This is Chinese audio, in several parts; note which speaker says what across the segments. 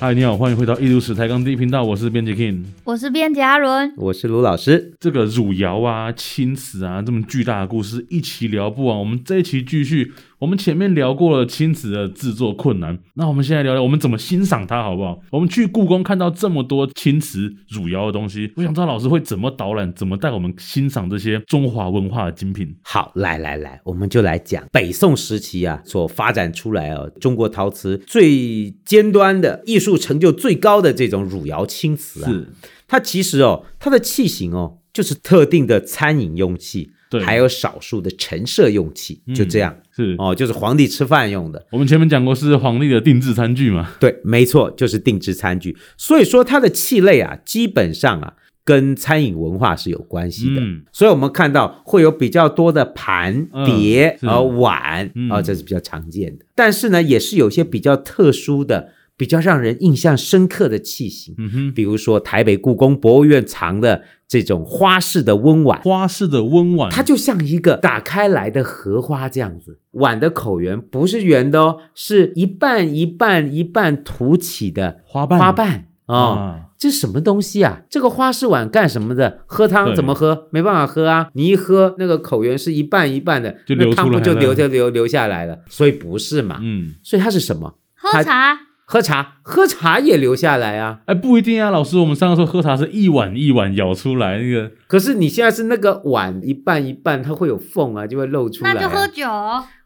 Speaker 1: 嗨，你好，欢迎回到一如史台纲第一频道，我是编辑 King。
Speaker 2: 我是编辑阿伦，
Speaker 3: 我是卢老师，
Speaker 1: 这个汝窑啊、亲子啊这么巨大的故事，一期聊不完。我们这一期继续，我们前面聊过了亲子的制作困难，那我们现在聊聊我们怎么欣赏它，好不好？我们去故宫看到这么多亲子汝窑的东西，我想知道老师会怎么导览，怎么带我们欣赏这些中华文化的精品。
Speaker 3: 好，来来来，我们就来讲北宋时期啊所发展出来哦，中国陶瓷最尖端的艺术成就最高的这种汝窑青瓷啊，
Speaker 1: 是，
Speaker 3: 它其实哦，它的器型哦，就是特定的餐饮用器，
Speaker 1: 对
Speaker 3: 还有少数的陈设用器，就这样、
Speaker 1: 嗯是
Speaker 3: 哦，就是皇帝吃饭用的。
Speaker 1: 我们前面讲过是皇帝的定制餐具嘛？
Speaker 3: 对，没错，就是定制餐具。所以说它的器类啊，基本上啊，跟餐饮文化是有关系的。
Speaker 1: 嗯
Speaker 3: 所以我们看到会有比较多的盘、
Speaker 1: 嗯
Speaker 3: 碟
Speaker 1: 是
Speaker 3: 和、呃碗
Speaker 1: 嗯
Speaker 3: 啊、这是比较常见的。但是呢，也是有些比较特殊的、比较让人印象深刻的器型，
Speaker 1: 嗯哼，
Speaker 3: 比如说台北故宫博物院藏的这种花式的温碗。
Speaker 1: 花式的温碗，
Speaker 3: 它就像一个打开来的荷花这样子，碗的口缘不是圆的哦，是一半一半一半凸起的
Speaker 1: 花瓣
Speaker 3: 花瓣啊、哦
Speaker 1: 啊，
Speaker 3: 这什么东西啊？这个花式碗干什么的？喝
Speaker 1: 对
Speaker 3: 汤怎么喝？没办法喝啊！你一喝，那个口缘是一半一半的，
Speaker 1: 就流
Speaker 3: 那汤
Speaker 1: 出来
Speaker 3: 不就
Speaker 1: 了
Speaker 3: 流就流流下来了？所以不是嘛？
Speaker 1: 嗯，
Speaker 3: 所以它是什么？
Speaker 2: 喝茶
Speaker 3: 喝茶，喝茶也流下来啊。
Speaker 1: 哎，不一定啊，老师，我们上次说喝茶是一碗一碗舀出来那个。
Speaker 3: 可是你现在是那个碗一半一半，它会有缝啊，就会露出来啊、
Speaker 2: 那就喝酒，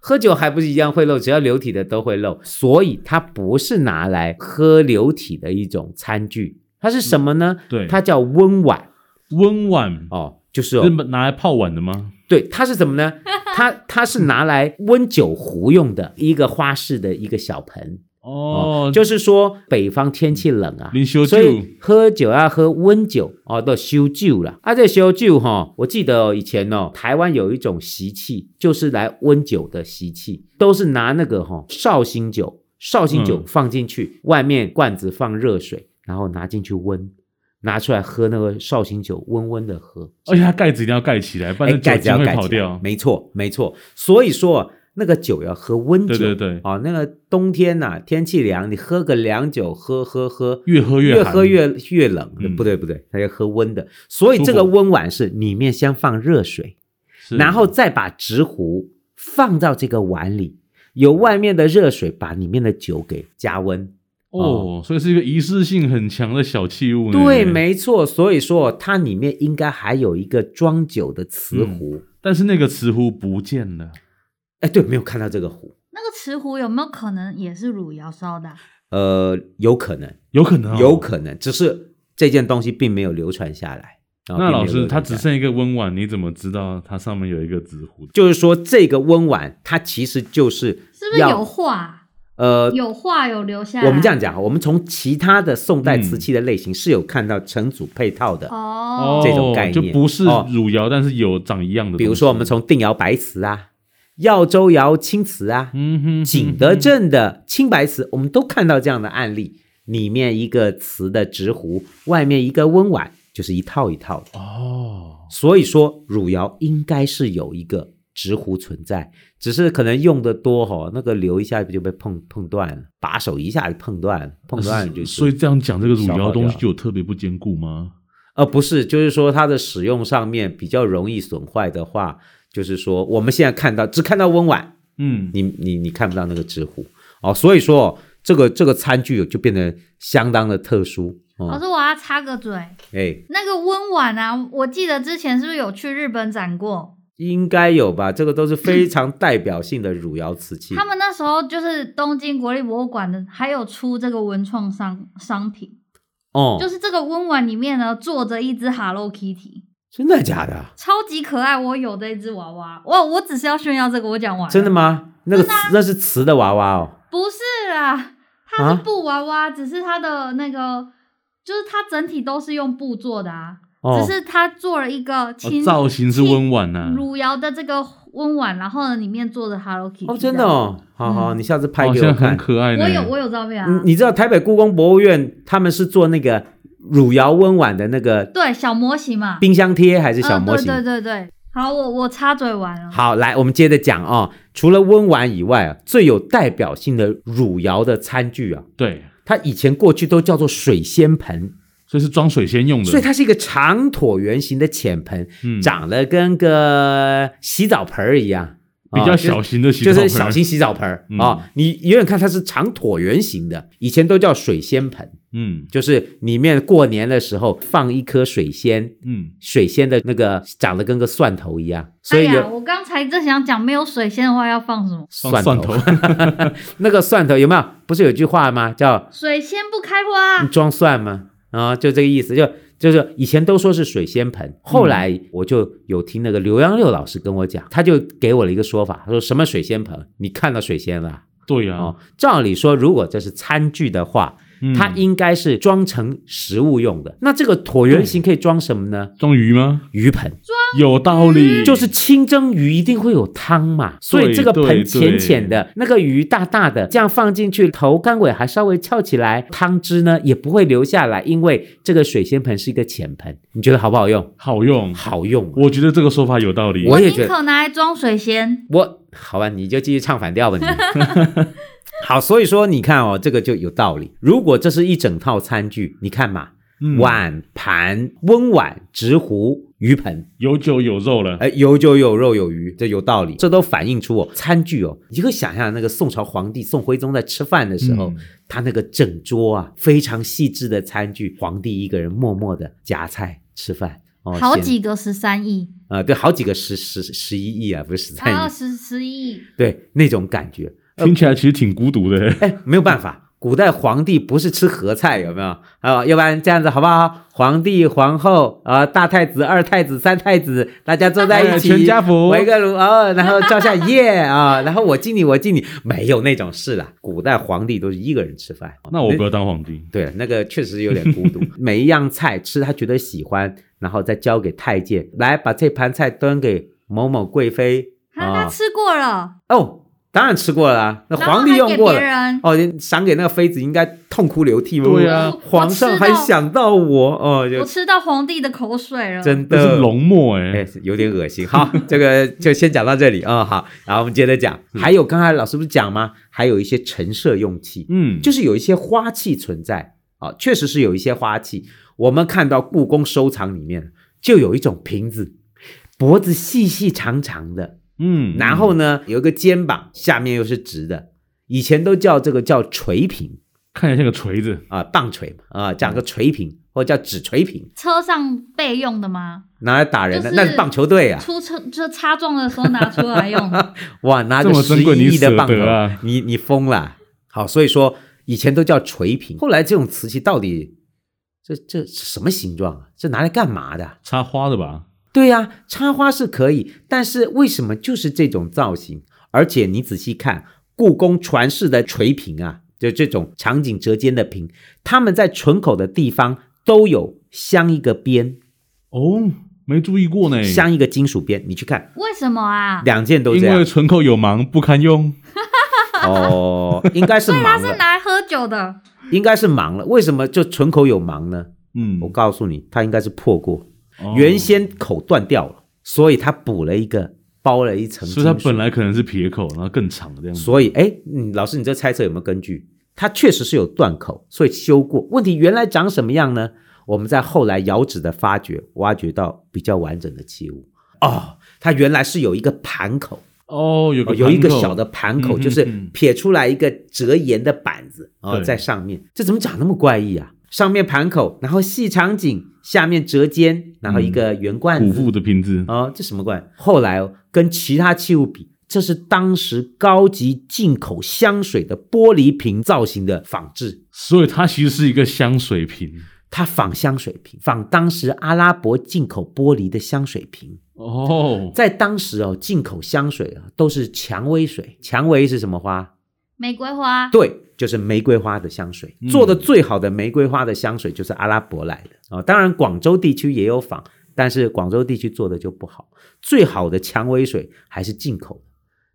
Speaker 3: 喝酒还不是一样会漏，只要流体的都会漏，所以它不是拿来喝流体的一种餐具，它是什么呢？
Speaker 1: 嗯对，
Speaker 3: 它叫温碗
Speaker 1: 温碗
Speaker 3: 哦，就是、
Speaker 1: 是
Speaker 3: 哦、
Speaker 1: 拿来泡碗的吗？
Speaker 3: 对，它是怎么 呢？它它是拿来温酒壶用的一个花式的一个小盆
Speaker 1: 哦，
Speaker 3: 就是说北方天气冷啊，
Speaker 1: 零修
Speaker 3: 所
Speaker 1: 旧
Speaker 3: 以喝酒要喝温酒哦，都修酒了。啊，这修酒哈、我记得、哦、以前哦，台湾有一种习气，就是来温酒的习气，都是拿那个哈、绍兴酒，绍兴酒
Speaker 1: 嗯
Speaker 3: 放进去，外面罐子放热水，然后拿进去温，拿出来喝那个绍兴酒，温温的喝。
Speaker 1: 而且它哎盖子一定要盖起来，不
Speaker 3: 哎，
Speaker 1: 然
Speaker 3: 盖
Speaker 1: 酒
Speaker 3: 子
Speaker 1: 精
Speaker 3: 要
Speaker 1: 会
Speaker 3: 盖
Speaker 1: 跑
Speaker 3: 起来
Speaker 1: 掉。
Speaker 3: 没错，没错。所以说那个酒要喝温
Speaker 1: 对
Speaker 3: 酒，
Speaker 1: 对对，
Speaker 3: 哦，那个冬天呐、天气凉，你喝个凉酒，喝喝喝，
Speaker 1: 越喝
Speaker 3: 越
Speaker 1: 寒，
Speaker 3: 喝越越冷，
Speaker 1: 嗯
Speaker 3: 不对不对，它要喝温的。所以这个
Speaker 1: 舒服
Speaker 3: 温碗是里面先放热水，
Speaker 1: 是
Speaker 3: 然后再把直壶放到这个碗里，由外面的热水把里面的酒给加温。
Speaker 1: 哦，所以是一个仪式性很强的小器物呢。
Speaker 3: 对，。没错。所以说它里面应该还有一个装酒的瓷
Speaker 1: 嗯
Speaker 3: 壶。
Speaker 1: 但是那个瓷壶不见了，
Speaker 3: 哎、对，没有看到这个壶，
Speaker 2: 那个瓷壶有没有可能也是汝窑烧的啊、
Speaker 3: 呃，有可能，
Speaker 1: 有可能哦
Speaker 3: 有。可能，只是这件东西并没有流传下来。啊
Speaker 1: 那
Speaker 3: 并没有
Speaker 1: 老师，
Speaker 3: 流传
Speaker 1: 它
Speaker 3: 下
Speaker 1: 只
Speaker 3: 来
Speaker 1: 剩一个温碗，你怎么知道它上面有一个纸壶？
Speaker 3: 就是说这个温碗，它其实就是
Speaker 2: 是不是
Speaker 3: 要
Speaker 2: 有画？
Speaker 3: 呃，
Speaker 2: 有画有留下来？
Speaker 3: 我们这样讲啊哈，我们从其他的宋代
Speaker 1: 嗯
Speaker 3: 瓷器的类型是有看到成组配套的，
Speaker 2: 哦，
Speaker 3: 这种概念
Speaker 1: 就不是
Speaker 3: 哦
Speaker 1: 汝窑，但是有长一样的东西。
Speaker 3: 比如说我们从定窑白瓷啊、耀州窑青瓷啊、
Speaker 1: 嗯哼，
Speaker 3: 景
Speaker 1: 嗯
Speaker 3: 德
Speaker 1: 哼
Speaker 3: 镇的青白瓷，我们都看到这样的案例，里面一个瓷的直壶，外面一个温碗，就是一套一套的。
Speaker 1: 哦，
Speaker 3: 所以说，汝窑应该是有一个直壶存在，只是可能用的多哈、那个流一下就被碰碰断了，把手一下就碰断了，碰断了就是。
Speaker 1: 所以这样讲，这个汝
Speaker 3: 消
Speaker 1: 窑
Speaker 3: 耗
Speaker 1: 的东西
Speaker 3: 掉
Speaker 1: 就有特别不坚固吗？
Speaker 3: 呃，不是，就是说它的使用上面比较容易损坏的话，就是说我们现在看到只看到温碗，
Speaker 1: 嗯，
Speaker 3: 你你你看不到那个直壶哦，所以说、哦、这个这个餐具就变得相当的特殊
Speaker 2: 老
Speaker 3: 哦
Speaker 2: 师，，我要插个嘴，
Speaker 3: 哎，
Speaker 2: 那个温碗啊，我记得之前是不是有去日本展过？
Speaker 3: 应该有吧？这个都是非常代表性的汝窑瓷器
Speaker 2: 他，们那时候就是东京国立博物馆的，还有出这个文创商商品，
Speaker 3: 哦
Speaker 2: 就，是这个温碗里面呢坐着一只 Hello Kitty，
Speaker 3: 真的假的啊？
Speaker 2: 超级可爱。我有这只娃娃，哇，我只是要炫耀这个，我讲完了
Speaker 3: 真的吗？那个
Speaker 2: 啊
Speaker 3: 瓷那是瓷的娃娃哦，
Speaker 2: 不是啦，它
Speaker 3: 啊
Speaker 2: 是布娃娃，只是它的那个，就是它整体都是用布做的啊，
Speaker 3: 哦
Speaker 2: 只，是它做了一个
Speaker 1: 哦
Speaker 2: 轻、
Speaker 1: 造型是温碗呐、
Speaker 2: 汝窑的这个温碗，然后呢里面做的 Hello Kitty。
Speaker 3: 哦，真的。哦，好好，
Speaker 2: 嗯
Speaker 3: 你下次
Speaker 1: 好
Speaker 3: 拍给
Speaker 1: 像
Speaker 3: 我
Speaker 1: 很
Speaker 3: 看。
Speaker 1: 可爱呢。
Speaker 2: 我有我有照片啊，
Speaker 3: 你你知道台北故宫博物院他们是做那个汝窑温碗的那个
Speaker 2: 对小模型嘛，
Speaker 3: 冰箱贴还是小模型？
Speaker 2: 呃、对对对对，好，我我插嘴完了。
Speaker 3: 好，来我们接着讲哦啊、除了温碗以外啊，最有代表性的汝窑的餐具啊，
Speaker 1: 对，
Speaker 3: 它以前过去都叫做水仙盆，
Speaker 1: 所以是装水仙用的。
Speaker 3: 所以它是一个长椭圆形的浅盆，
Speaker 1: 嗯
Speaker 3: 长得跟个洗澡盆儿一样，
Speaker 1: 比
Speaker 3: 啊
Speaker 1: 较
Speaker 3: 就是
Speaker 1: 小型的洗澡
Speaker 3: 就
Speaker 1: 盆，
Speaker 3: 是小型洗澡盆儿啊、
Speaker 1: 嗯
Speaker 3: 你远远看它是长椭圆形的，以前都叫水仙盆，
Speaker 1: 嗯
Speaker 3: 就是里面过年的时候放一颗水仙，
Speaker 1: 嗯，
Speaker 3: 水仙的那个长得跟个蒜头一样，所
Speaker 2: 哎
Speaker 3: 以有、
Speaker 2: 呀，我刚才正想讲，没有水仙的话要放什么？
Speaker 1: 放蒜
Speaker 3: 蒜
Speaker 1: 头，
Speaker 3: 那个蒜头有没有？不是有句话吗？叫
Speaker 2: 水仙不开花
Speaker 3: 你，装蒜吗？啊、就这个意思，就就是以前都说是水仙盆，后来我就有听那个刘洋六老师跟我讲，他就给我了一个说法，他说什么水仙盆？你看到水仙了啊？
Speaker 1: 对呀、
Speaker 3: 哦，照理说，如果这是餐具的话，
Speaker 1: 嗯
Speaker 3: 它应该是装成食物用的。那这个椭圆形可以装什么呢？
Speaker 1: 装鱼吗？
Speaker 3: 鱼盆，
Speaker 1: 有道理，
Speaker 3: 啊就是清蒸鱼一定会有汤嘛，所以这个
Speaker 1: 对
Speaker 3: 盆浅浅的，那个鱼大大的，这样放进去，头跟尾还稍微翘起来，汤汁呢也不会流下来，因为这个水仙盆是一个浅盆。你觉得好不好用？
Speaker 1: 好用。
Speaker 3: 好用啊、
Speaker 1: 我觉得这个说法有道理。
Speaker 3: 我也觉
Speaker 2: 宁
Speaker 3: 得
Speaker 2: 可拿来装水仙。
Speaker 3: 我好吧，你就继续唱反调吧你。 好，所以说你看哦，这个就有道理。如果这是一整套餐具，你看嘛，
Speaker 1: 嗯
Speaker 3: 碗盘、温碗、直壶、鱼盆，
Speaker 1: 有酒有肉了，
Speaker 3: 哎，有酒有肉有鱼，这有道理，这都反映出哦，餐具哦，你会想象那个宋朝皇帝宋徽宗在吃饭的时候，
Speaker 1: 嗯
Speaker 3: 他那个整桌啊，非常细致的餐具，皇帝一个人默默的夹菜吃饭。哦，
Speaker 2: 好
Speaker 3: 显
Speaker 2: 几个十三亿，
Speaker 3: 啊、对，好几个十十十一亿啊，不是十
Speaker 2: 还
Speaker 3: 三
Speaker 2: 有
Speaker 3: 亿，
Speaker 2: 十十亿，
Speaker 3: 对那种感觉，
Speaker 1: 嗯听起来其实挺孤独的。
Speaker 3: 哎，没有办法，古代皇帝不是吃合菜，有没有啊？要不然这样子好不好？皇帝、皇后啊、大太子、二太子、三太子，大家坐在一起，
Speaker 1: 哎全家福
Speaker 3: 围个炉哦，然后照下耶啊，然后我敬你，我敬你，没有那种事啦。古代皇帝都是一个人吃饭，
Speaker 1: 那我不要当皇帝，
Speaker 3: 对，那个确实有点孤独。每一样菜吃，他觉得喜欢，然后再交给太监来把这盘菜端给某某贵妃
Speaker 2: 他他
Speaker 3: 啊。
Speaker 2: 吃过了，
Speaker 3: 哦，当然吃过了啊，那
Speaker 2: 然后
Speaker 3: 皇帝
Speaker 2: 还
Speaker 3: 用
Speaker 2: 给
Speaker 3: 过
Speaker 2: 别
Speaker 3: 了。
Speaker 2: 人。
Speaker 3: 哦，你赏给那个妃子应该痛哭流涕吧？
Speaker 1: 对啊
Speaker 2: 我
Speaker 3: 皇上还，想到我
Speaker 2: 我
Speaker 3: 哦，
Speaker 2: 吃到我
Speaker 3: 就
Speaker 2: 吃到皇帝的口水了。
Speaker 3: 真
Speaker 1: 这
Speaker 3: 的
Speaker 1: 是龙墨哎、
Speaker 3: 呃哎，有点恶心。好， 这个就先讲到这里啊、好，然后我们接着讲，
Speaker 1: 嗯
Speaker 3: 还有刚才老师不是讲吗？还有一些陈设用器，
Speaker 1: 嗯，
Speaker 3: 就是有一些花器存在啊、确实是有一些花器。我们看到故宫收藏里面就有一种瓶子，脖子细细长长的，
Speaker 1: 嗯，
Speaker 3: 然后呢，有一个肩膀，下面又是直的，以前都叫这个叫垂屏
Speaker 1: 看起来像个锤子，
Speaker 3: 啊、棒槌嘛啊、讲
Speaker 1: 嗯
Speaker 3: 个垂屏或者叫纸垂屏，
Speaker 2: 车上备用的吗？
Speaker 3: 拿来打人的，
Speaker 2: 就是
Speaker 3: 那是棒球队啊，
Speaker 2: 出车这擦撞的时候拿出来 用。
Speaker 3: 哇，拿着
Speaker 1: 这么
Speaker 3: 十
Speaker 1: 珍贵
Speaker 3: 一亿的
Speaker 1: 你舍
Speaker 3: 棒球，
Speaker 1: 得啊
Speaker 3: 你你疯了。好，所以说以前都叫垂屏，后来这种瓷器到底这这是什么形状啊？这拿来干嘛的啊？
Speaker 1: 插花的吧？
Speaker 3: 对呀、插花是可以，但是为什么就是这种造型？而且你仔细看故宫传世的垂屏啊，就这种场景折间的屏，他们在唇口的地方都有镶一个边，
Speaker 1: 哦，没注意过呢。
Speaker 3: 镶一个金属边。你去看，
Speaker 2: 为什么啊？
Speaker 3: 两件都
Speaker 1: 因
Speaker 3: 这
Speaker 1: 为
Speaker 3: 样
Speaker 1: 唇口有芒不堪用，
Speaker 3: 哦，应该是
Speaker 2: 所以它
Speaker 3: 盲
Speaker 2: 是
Speaker 3: 了，
Speaker 2: 拿来喝酒的。
Speaker 3: 应该是盲了。为什么就唇口有盲呢？
Speaker 1: 嗯
Speaker 3: 我，告诉你，它应该是破过，
Speaker 1: 哦
Speaker 3: 原先口断掉了，所以它补了一个，包了一层金
Speaker 1: 所
Speaker 3: 属。
Speaker 1: 以它本来可能是撇口，然后更长这样子。
Speaker 3: 所以，哎，你老师，你这猜测有没有根据？它确实是有断口，所以修过。问题原来长什么样呢？我们在后来窑址的发掘，挖掘到比较完整的器物。哦，它原来是有一个盘口，
Speaker 1: 哦，有
Speaker 3: 哦
Speaker 1: 个
Speaker 3: 有一个
Speaker 1: 盘口
Speaker 3: 小的盘口，
Speaker 1: 嗯哼
Speaker 3: 就是
Speaker 1: 嗯
Speaker 3: 撇出来一个折沿的板子哦，
Speaker 1: 对
Speaker 3: 在上面。这怎么长那么怪异啊？上面盘口，然后细长颈，下面折肩，然后一个圆罐
Speaker 1: 古
Speaker 3: 子，
Speaker 1: 腹的瓶子，啊
Speaker 3: 哦，这什么怪？后来哦，跟其他器物比，这是当时高级进口香水的玻璃瓶造型的仿制，
Speaker 1: 所以它其实是一个香水瓶。
Speaker 3: 它仿香水瓶，仿当时阿拉伯进口玻璃的香水瓶。
Speaker 1: 哦，
Speaker 3: 在当时哦，进口香水啊都是蔷薇水，蔷薇是什么花？
Speaker 2: 玫瑰花，
Speaker 3: 对。就是玫瑰花的香水，
Speaker 1: 嗯
Speaker 3: 做的最好的玫瑰花的香水就是阿拉伯来的啊、哦。当然，广州地区也有仿，但是广州地区做的就不好。最好的蔷薇水还是进口的。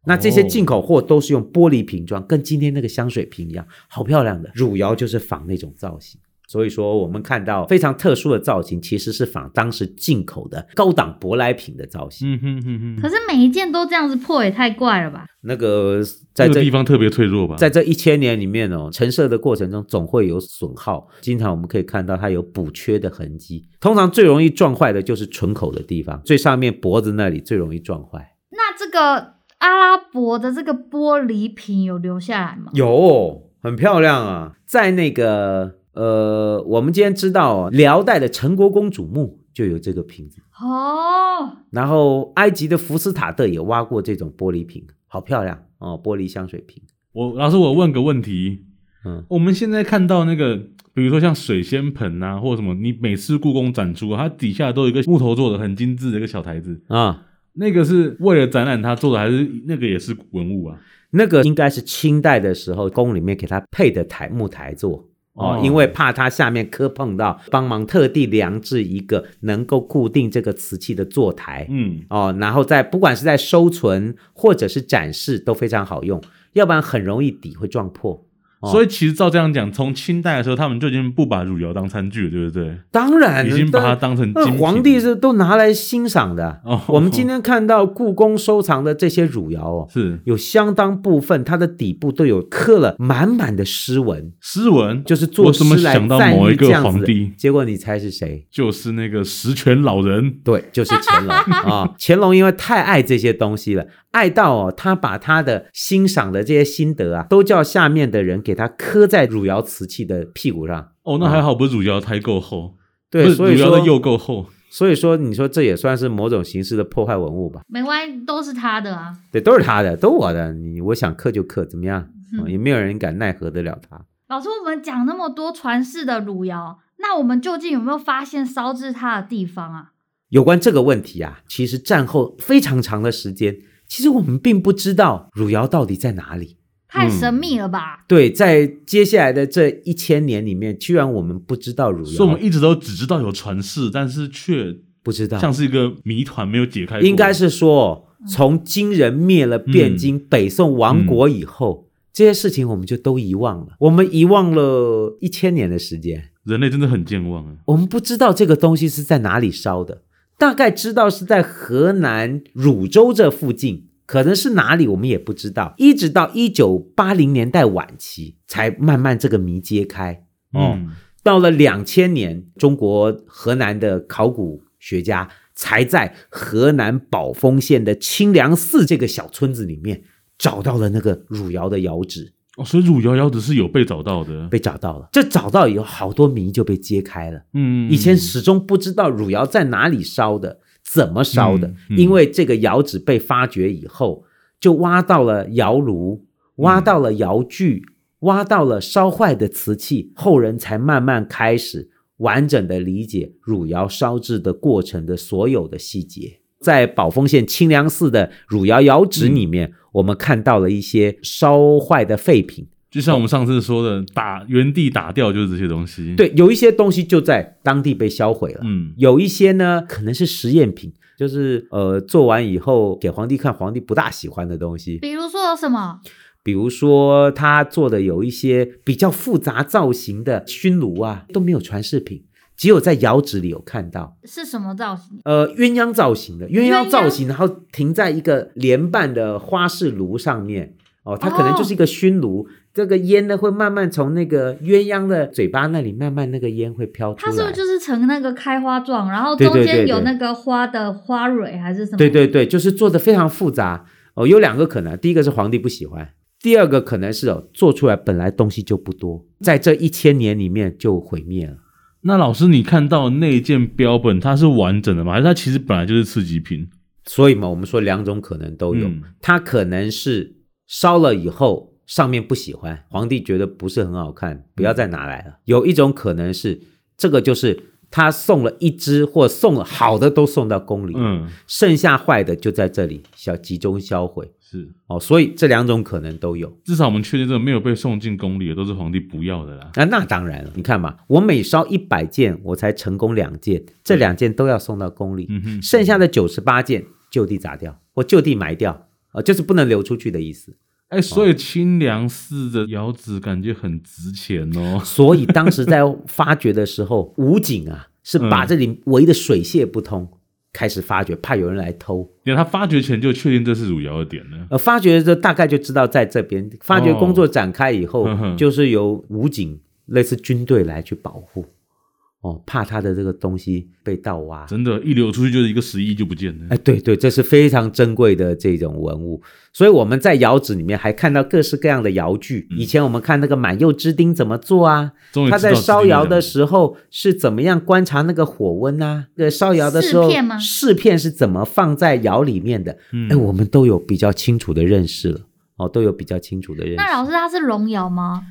Speaker 3: 那这些
Speaker 1: 哦
Speaker 3: 进口货都是用玻璃瓶装，跟今天那个香水瓶一样，好漂亮的。汝窑就是仿那种造型，所以说，我们看到非常特殊的造型，其实是仿当时进口的高档舶来品的造型。
Speaker 1: 嗯哼哼
Speaker 2: 可
Speaker 1: 哼，
Speaker 2: 是每一件都这样子破，也太怪了吧？
Speaker 3: 那个在
Speaker 1: 这个
Speaker 3: 这
Speaker 1: 地方特别脆弱吧？
Speaker 3: 啊在这一千年里面哦，陈设的过程中总会有损耗，经常我们可以看到它有补缺的痕迹。通常最容易撞坏的就是唇口的地方，最上面脖子那里最容易撞坏。
Speaker 2: 那这个阿拉伯的这个玻璃瓶有留下来吗？
Speaker 3: 有、很漂亮啊，在那个呃，我们今天知道、哦、辽代的陈国公主墓就有这个瓶子，
Speaker 2: 哦，
Speaker 3: 然后埃及的福斯塔特也挖过这种玻璃瓶，好漂亮哦，玻璃香水瓶。
Speaker 1: 我老师，我问个问题，
Speaker 3: 嗯，
Speaker 1: 我们现在看到那个，比如说像水仙盆啊，或者什么，你每次故宫展出、啊，它底下都有一个木头做的很精致的一个小台子，
Speaker 3: 啊、
Speaker 1: 那个是为了展览它做的，还是那个也是文物啊？
Speaker 3: 那个应该是清代的时候宫里面给它配的台木台座哦
Speaker 1: 哦，
Speaker 3: 因为怕它下面磕碰到，帮忙特地量制一个能够固定这个瓷器的坐台。
Speaker 1: 嗯，
Speaker 3: 哦，然后在不管是在收存或者是展示都非常好用，要不然很容易底会撞破。哦
Speaker 1: 所以其实照这样讲，从清代的时候，他们就已经不把汝窑当餐具了，对不对？
Speaker 3: 当然，
Speaker 1: 已经把它
Speaker 3: 但
Speaker 1: 当成精
Speaker 3: 哎那
Speaker 1: 品
Speaker 3: 皇帝是都拿来欣赏的。
Speaker 1: 哦
Speaker 3: 我们今天看到故宫收藏的这些汝窑哦，
Speaker 1: 是
Speaker 3: 有相当部分它的底部都有刻了满满的诗文，
Speaker 1: 诗文，
Speaker 3: 就是作
Speaker 1: 我怎
Speaker 3: 诗
Speaker 1: 么
Speaker 3: 来
Speaker 1: 想到
Speaker 3: 赞
Speaker 1: 某
Speaker 3: 誉
Speaker 1: 一
Speaker 3: 这
Speaker 1: 个
Speaker 3: 样
Speaker 1: 皇
Speaker 3: 子
Speaker 1: 帝
Speaker 3: 的。结果你猜是谁？
Speaker 1: 就是那个十全老人，
Speaker 3: 对，就是乾隆啊！乾隆因为太爱这些东西了，爱到哦，他把他的欣赏的这些心得啊，都叫下面的人给他刻在汝窑瓷器的屁股上。
Speaker 1: 哦，那还好，不是汝窑胎够厚，
Speaker 3: 对
Speaker 1: 不，是
Speaker 3: 所以
Speaker 1: 汝窑的
Speaker 3: 说，
Speaker 1: 釉够厚，
Speaker 3: 所以说，你说这也算是某种形式的破坏文物吧？
Speaker 2: 没关系，都是他的啊。
Speaker 3: 对，都是他的，都我的，你我想刻就刻，怎么样？啊也没有人敢奈何得了他。
Speaker 2: 老师，我们讲那么多传世的汝窑，那我们究竟有没有发现烧制它的地方啊？
Speaker 3: 有关这个问题啊，其实战后非常长的时间，其实我们并不知道汝窑到底在哪里。
Speaker 2: 太神秘了吧？
Speaker 3: 对，在接下来的这一千年里面，居然我们不知道汝
Speaker 1: 所以我
Speaker 3: 窑
Speaker 1: 们，一直都只知道有传世，但是却
Speaker 3: 不知道，
Speaker 1: 像是一个谜团没有解开过。嗯
Speaker 3: 应该是说从金人灭了汴京、北宋亡国以后，这些事情我们就都遗忘了。我们遗忘了一千年的时间，
Speaker 1: 人类真的很健忘啊。
Speaker 3: 我们不知道这个东西是在哪里烧的，大概知道是在河南汝州这附近，可能是哪里我们也不知道。一直到一九八零年代晚期，才慢慢这个谜揭开。哦，
Speaker 1: 嗯，
Speaker 3: 到了两千年，中国河南的考古学家才在河南宝丰县的清凉寺这个小村子里面找到了那个汝窑的窑址，
Speaker 1: 哦，所以汝窑窑址是有被找到的。
Speaker 3: 被找到了。这找到以后，好多谜就被揭开了。
Speaker 1: 嗯，
Speaker 3: 以前始终不知道汝窑在哪里烧的，怎么烧的
Speaker 1: 嗯，嗯
Speaker 3: 因为这个窑址被发掘以后，就挖到了窑
Speaker 1: 嗯
Speaker 3: 炉，挖到了窑具，挖到了烧坏的瓷器，后人才慢慢开始完整的理解汝窑烧制的过程的所有的细节。在宝丰县清凉寺的汝窑窑址里面，
Speaker 1: 嗯
Speaker 3: 我们看到了一些烧坏的废品，
Speaker 1: 就像我们上次说的，打原地打掉就是这些东西。，
Speaker 3: 对，有一些东西就在当地被销毁了。
Speaker 1: 嗯，
Speaker 3: 有一些呢可能是实验品，就是呃做完以后给皇帝看，皇帝不大喜欢的东西，
Speaker 2: 比如说有什么？
Speaker 3: 比如说他做的有一些比较复杂造型的熏炉啊，都没有传世品。只有在窑址里有看到，
Speaker 2: 是什么造型？
Speaker 3: 呃，鸳鸯造型的鸳
Speaker 2: 鸳
Speaker 3: 鸯
Speaker 2: 鸯
Speaker 3: 造型，然后停在一个莲瓣的花式炉上面，哦，它可能就是一个熏炉，
Speaker 2: 哦
Speaker 3: 这个烟呢会慢慢从那个鸳鸯的嘴巴那里慢慢那个烟会飘出
Speaker 2: 它
Speaker 3: 来。
Speaker 2: 是不是就是呈那个开花状，然后
Speaker 3: 对
Speaker 2: 中
Speaker 3: 对对
Speaker 2: 间
Speaker 3: 对
Speaker 2: 有那个花的花蕊还
Speaker 1: 嗯
Speaker 2: 是什么？
Speaker 3: 对对对，就是做的非常复杂哦。有两个可能，第一个是皇帝不喜欢，第二个可能是哦做出来本来东西就不多，在这一千年里面就毁灭了。
Speaker 1: 那老师，你看到那件标本，它是完整的吗？还是它其实本来就是次级品？
Speaker 3: 所以嘛，我们说两种可能都有，
Speaker 1: 嗯
Speaker 3: 它可能是烧了以后上面不喜欢，皇帝觉得不是很好看，不要再拿来
Speaker 1: 嗯
Speaker 3: 了。有一种可能是这个就是。他送了一只，或送了好的都送到宫里，
Speaker 1: 嗯，
Speaker 3: 剩下坏的就在这里小集中销毁
Speaker 1: 是。
Speaker 3: 哦，所以这两种可能都有。
Speaker 1: 至少我们确定这个没有被送进宫里的，都是皇帝不要的啦。
Speaker 3: 啊，那当然了，你看嘛，我每烧一百件，我才成功两件，这两件都要送到宫里，
Speaker 1: 嗯哼，
Speaker 3: 剩下的九十八件就地砸掉或就地埋掉，呃，就是不能流出去的意思。
Speaker 1: 哎、所以清凉寺的窑子感觉很值钱哦。
Speaker 3: 所以当时在发掘的时候，武警啊是把
Speaker 1: 嗯
Speaker 3: 这里围得水泄不通，开始发掘，怕有人来偷。
Speaker 1: 因为他发掘前就确定这是汝窑的点了。
Speaker 3: 呃，发掘的大概就知道在这边。发掘工作展开以后，
Speaker 1: 哦呵呵
Speaker 3: 就是由武警类似军队来去保护，哦，怕他的这个东西被盗挖。
Speaker 1: 真的，一流出去就是一个十亿就不见了
Speaker 3: 哎，。对对，这是非常珍贵的这种文物，所以我们在窑址里面还看到各式各样的窑具。以前我们看那个满釉之钉怎么做啊？
Speaker 1: 嗯终于
Speaker 3: 他
Speaker 1: 知道
Speaker 3: 在烧窑的
Speaker 1: 是
Speaker 3: 时候是怎么样观察那个火温啊？那个烧窑的时候，
Speaker 2: 试片吗
Speaker 3: 试片是怎么放在窑里面的？
Speaker 1: 嗯
Speaker 3: 哎，我们都有比较清楚的认识了，哦，都有比较清楚的认识。
Speaker 2: 那老师他是龙窑吗？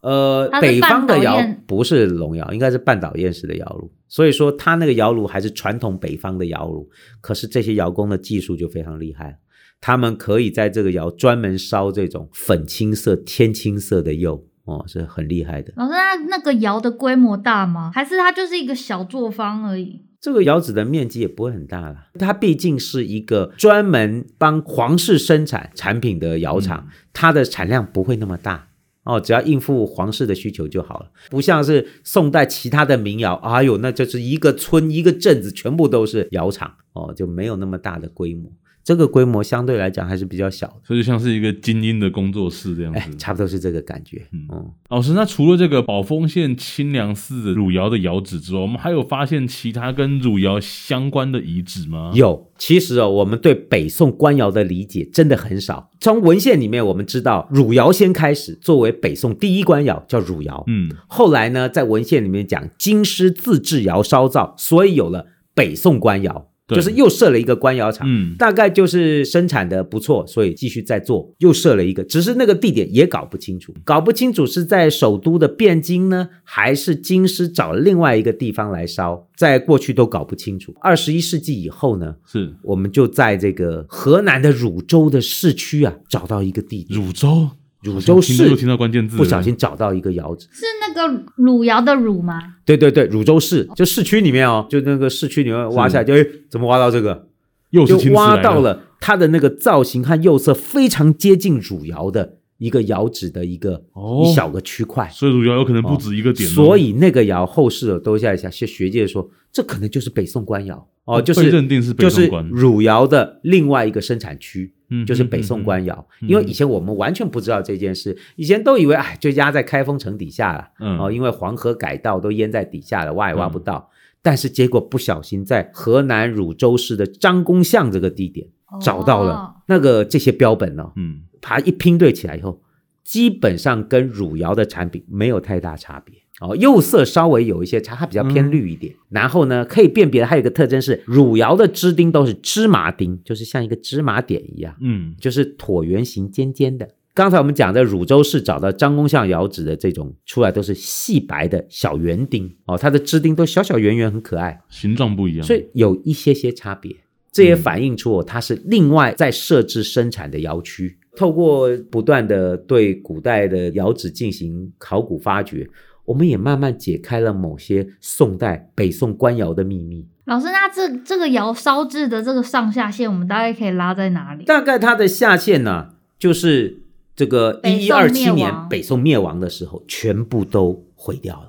Speaker 3: 呃，
Speaker 2: 它是
Speaker 3: 北方的
Speaker 2: 半岛
Speaker 3: 窑
Speaker 2: 宴
Speaker 3: 不是龙窑，应该是半岛堰式的窑炉，所以说它那个窑炉还是传统北方的窑炉。可是这些窑工的技术就非常厉害，他们可以在这个窑专门烧这种粉青色、天青色的釉，哦，是很厉害的。
Speaker 2: 老师，那那个窑的规模大吗？还是它就是一个小作坊而已？
Speaker 3: 这个窑址的面积也不会很大啦，它毕竟是一个专门帮皇室生产产品的窑厂，它的产量不会那么大哦，只要应付皇室的需求就好了。不像是宋代其他的民窑，哎呦，那就是一个村一个镇子全部都是窑厂哦，就没有那么大的规模。这个规模相对来讲还是比较小的，
Speaker 1: 所以就像是一个精英的工作室这样
Speaker 3: 哎，
Speaker 1: 子。
Speaker 3: 差不多是这个感觉。
Speaker 1: 嗯
Speaker 3: 嗯，
Speaker 1: 老师，那除了这个宝丰县清凉寺的汝窑的窑址之外，我们还有发现其他跟汝窑相关的遗址吗？
Speaker 3: 有，其实哦，我们对北宋官窑的理解真的很少。从文献里面我们知道，汝窑先开始作为北宋第一官窑叫汝窑，
Speaker 1: 嗯，
Speaker 3: 后来呢，在文献里面讲京师自制窑烧造，所以有了北宋官窑，
Speaker 1: 对
Speaker 3: 就是又设了一个官窑厂。
Speaker 1: 嗯
Speaker 3: 大概就是生产的不错，所以继续在做，又设了一个，只是那个地点也搞不清楚，搞不清楚是在首都的汴京呢，还是京师找另外一个地方来烧，在过去都搞不清楚。二十一世纪以后呢，
Speaker 1: 是
Speaker 3: 我们就在这个河南的汝州的市区啊，找到一个地点，
Speaker 1: 汝州，
Speaker 3: 汝州
Speaker 1: 听到又
Speaker 3: 市
Speaker 1: 听到关键字了，
Speaker 3: 不小心找到一个窑址。
Speaker 2: 是那个汝窑的汝吗？
Speaker 3: 对对对，汝州市就市区里面哦，就那个市区里面挖下来，就哎怎么挖到这个？
Speaker 1: 又嗯是
Speaker 3: 就
Speaker 1: 青瓷
Speaker 3: 挖
Speaker 1: 来
Speaker 3: 到
Speaker 1: 了。
Speaker 3: 了它的那个造型和釉色非常接近汝窑的一个窑址的一个、
Speaker 1: 哦
Speaker 3: 一小个区块。
Speaker 1: 所以汝窑有可能不止一个点、哦，
Speaker 3: 所以那个窑后世都在想，学学界说这可能就是北宋官窑哦，就
Speaker 1: 被
Speaker 3: 是
Speaker 1: 认定是北
Speaker 3: 就是
Speaker 1: 宋官
Speaker 3: 汝窑的另外一个生产区。
Speaker 1: 嗯
Speaker 3: 就是北宋官窑，因为以前我们完全不知道这件事，以前都以为哎，就压在开封城底下了，
Speaker 1: 嗯
Speaker 3: 哦，因为黄河改道都淹在底下了，挖也挖不到。但是结果不小心在河南汝州市的张公巷这个地点找到
Speaker 2: 哦
Speaker 3: 了那个这些标本呢、哦，
Speaker 1: 嗯，
Speaker 3: 把它一拼对起来以后，基本上跟汝窑的产品没有太大差别。哦，釉色稍微有一些差，它比较偏
Speaker 1: 嗯
Speaker 3: 绿一点。然后呢，可以辨别的还有一个特征是，汝窑的支钉都是芝麻钉，就是像一个芝麻点一样。
Speaker 1: 嗯
Speaker 3: 就是椭圆形尖尖的。刚才我们讲的汝州市找到张公巷窑址的这种出来都是细白的小圆钉哦，它的支钉都小小圆圆，很可爱，
Speaker 1: 形状不一样，
Speaker 3: 所以有一些些差别。这也反映出哦，它是另外在设置生产的窑区。透过不断的对古代的窑址进行考古发掘，我们也慢慢解开了某些宋代北宋官窑的秘密。
Speaker 2: 老师，那这这个窑烧制的这个上下限，我们大概可以拉在哪里？
Speaker 3: 大概它的下限呢、就是这个
Speaker 2: 北
Speaker 3: 一一
Speaker 2: 宋
Speaker 3: 二七
Speaker 2: 灭
Speaker 3: 年
Speaker 2: 亡
Speaker 3: 北宋灭亡的时候，全部都毁掉了。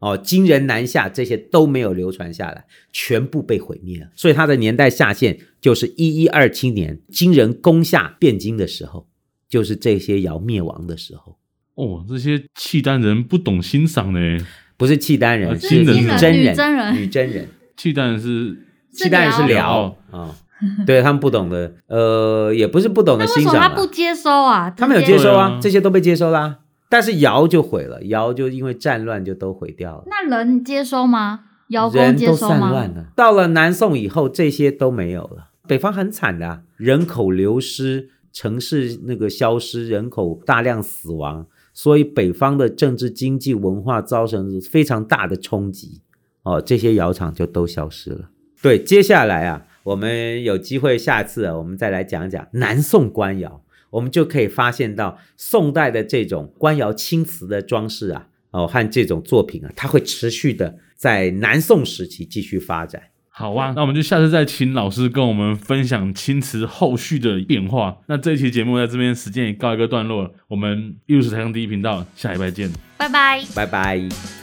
Speaker 3: 哦，金人南下这些都没有流传下来，全部被毁灭了。所以它的年代下限就是一一二七年，金人攻下汴京的时候，就是这些窑灭亡的时候，
Speaker 1: 哦，这些契丹人不懂欣赏呢，
Speaker 3: 不是契丹
Speaker 1: 啊
Speaker 3: 人，
Speaker 1: 金人
Speaker 3: 女
Speaker 1: 是
Speaker 3: 真
Speaker 2: 女真人
Speaker 3: 女真人，
Speaker 1: 契丹人是
Speaker 2: 是
Speaker 3: 契丹人是
Speaker 1: 辽
Speaker 3: 辽啊、对他们不懂得，呃，也不是不懂得
Speaker 2: 那
Speaker 3: 欣
Speaker 2: 为什
Speaker 3: 赏
Speaker 2: 么
Speaker 3: 啊、
Speaker 2: 他不接收啊？
Speaker 3: 他们有
Speaker 2: 直接
Speaker 3: 接收
Speaker 1: 对
Speaker 3: 啊
Speaker 1: 啊，
Speaker 3: 这些都被接收啦、但是尧就毁了，尧就因为战乱就都毁掉了，
Speaker 2: 那人接收吗？窑工
Speaker 3: 人
Speaker 2: 接
Speaker 3: 都
Speaker 2: 收
Speaker 3: 散
Speaker 2: 吗
Speaker 3: 乱？了。到了南宋以后，这些都没有了。北方很惨的啊、人口流失，城市那个消失，人口大量死亡，所以北方的政治、经济、文化造成非常大的冲击。哦，这些窑厂就都消失了。对，接下来啊，我们有机会下次啊，我们再来讲讲南宋官窑，我们就可以发现到宋代的这种官窑青瓷的装饰啊，哦和这种作品啊，它会持续的在南宋时期继续发展。
Speaker 1: 好啊，那我们就下次再请老师跟我们分享青瓷后续的变化。那这一期节目在这边时间也告一个段落了，我们艺术史台上第一频道下礼拜见。
Speaker 2: 拜拜。
Speaker 3: 拜拜。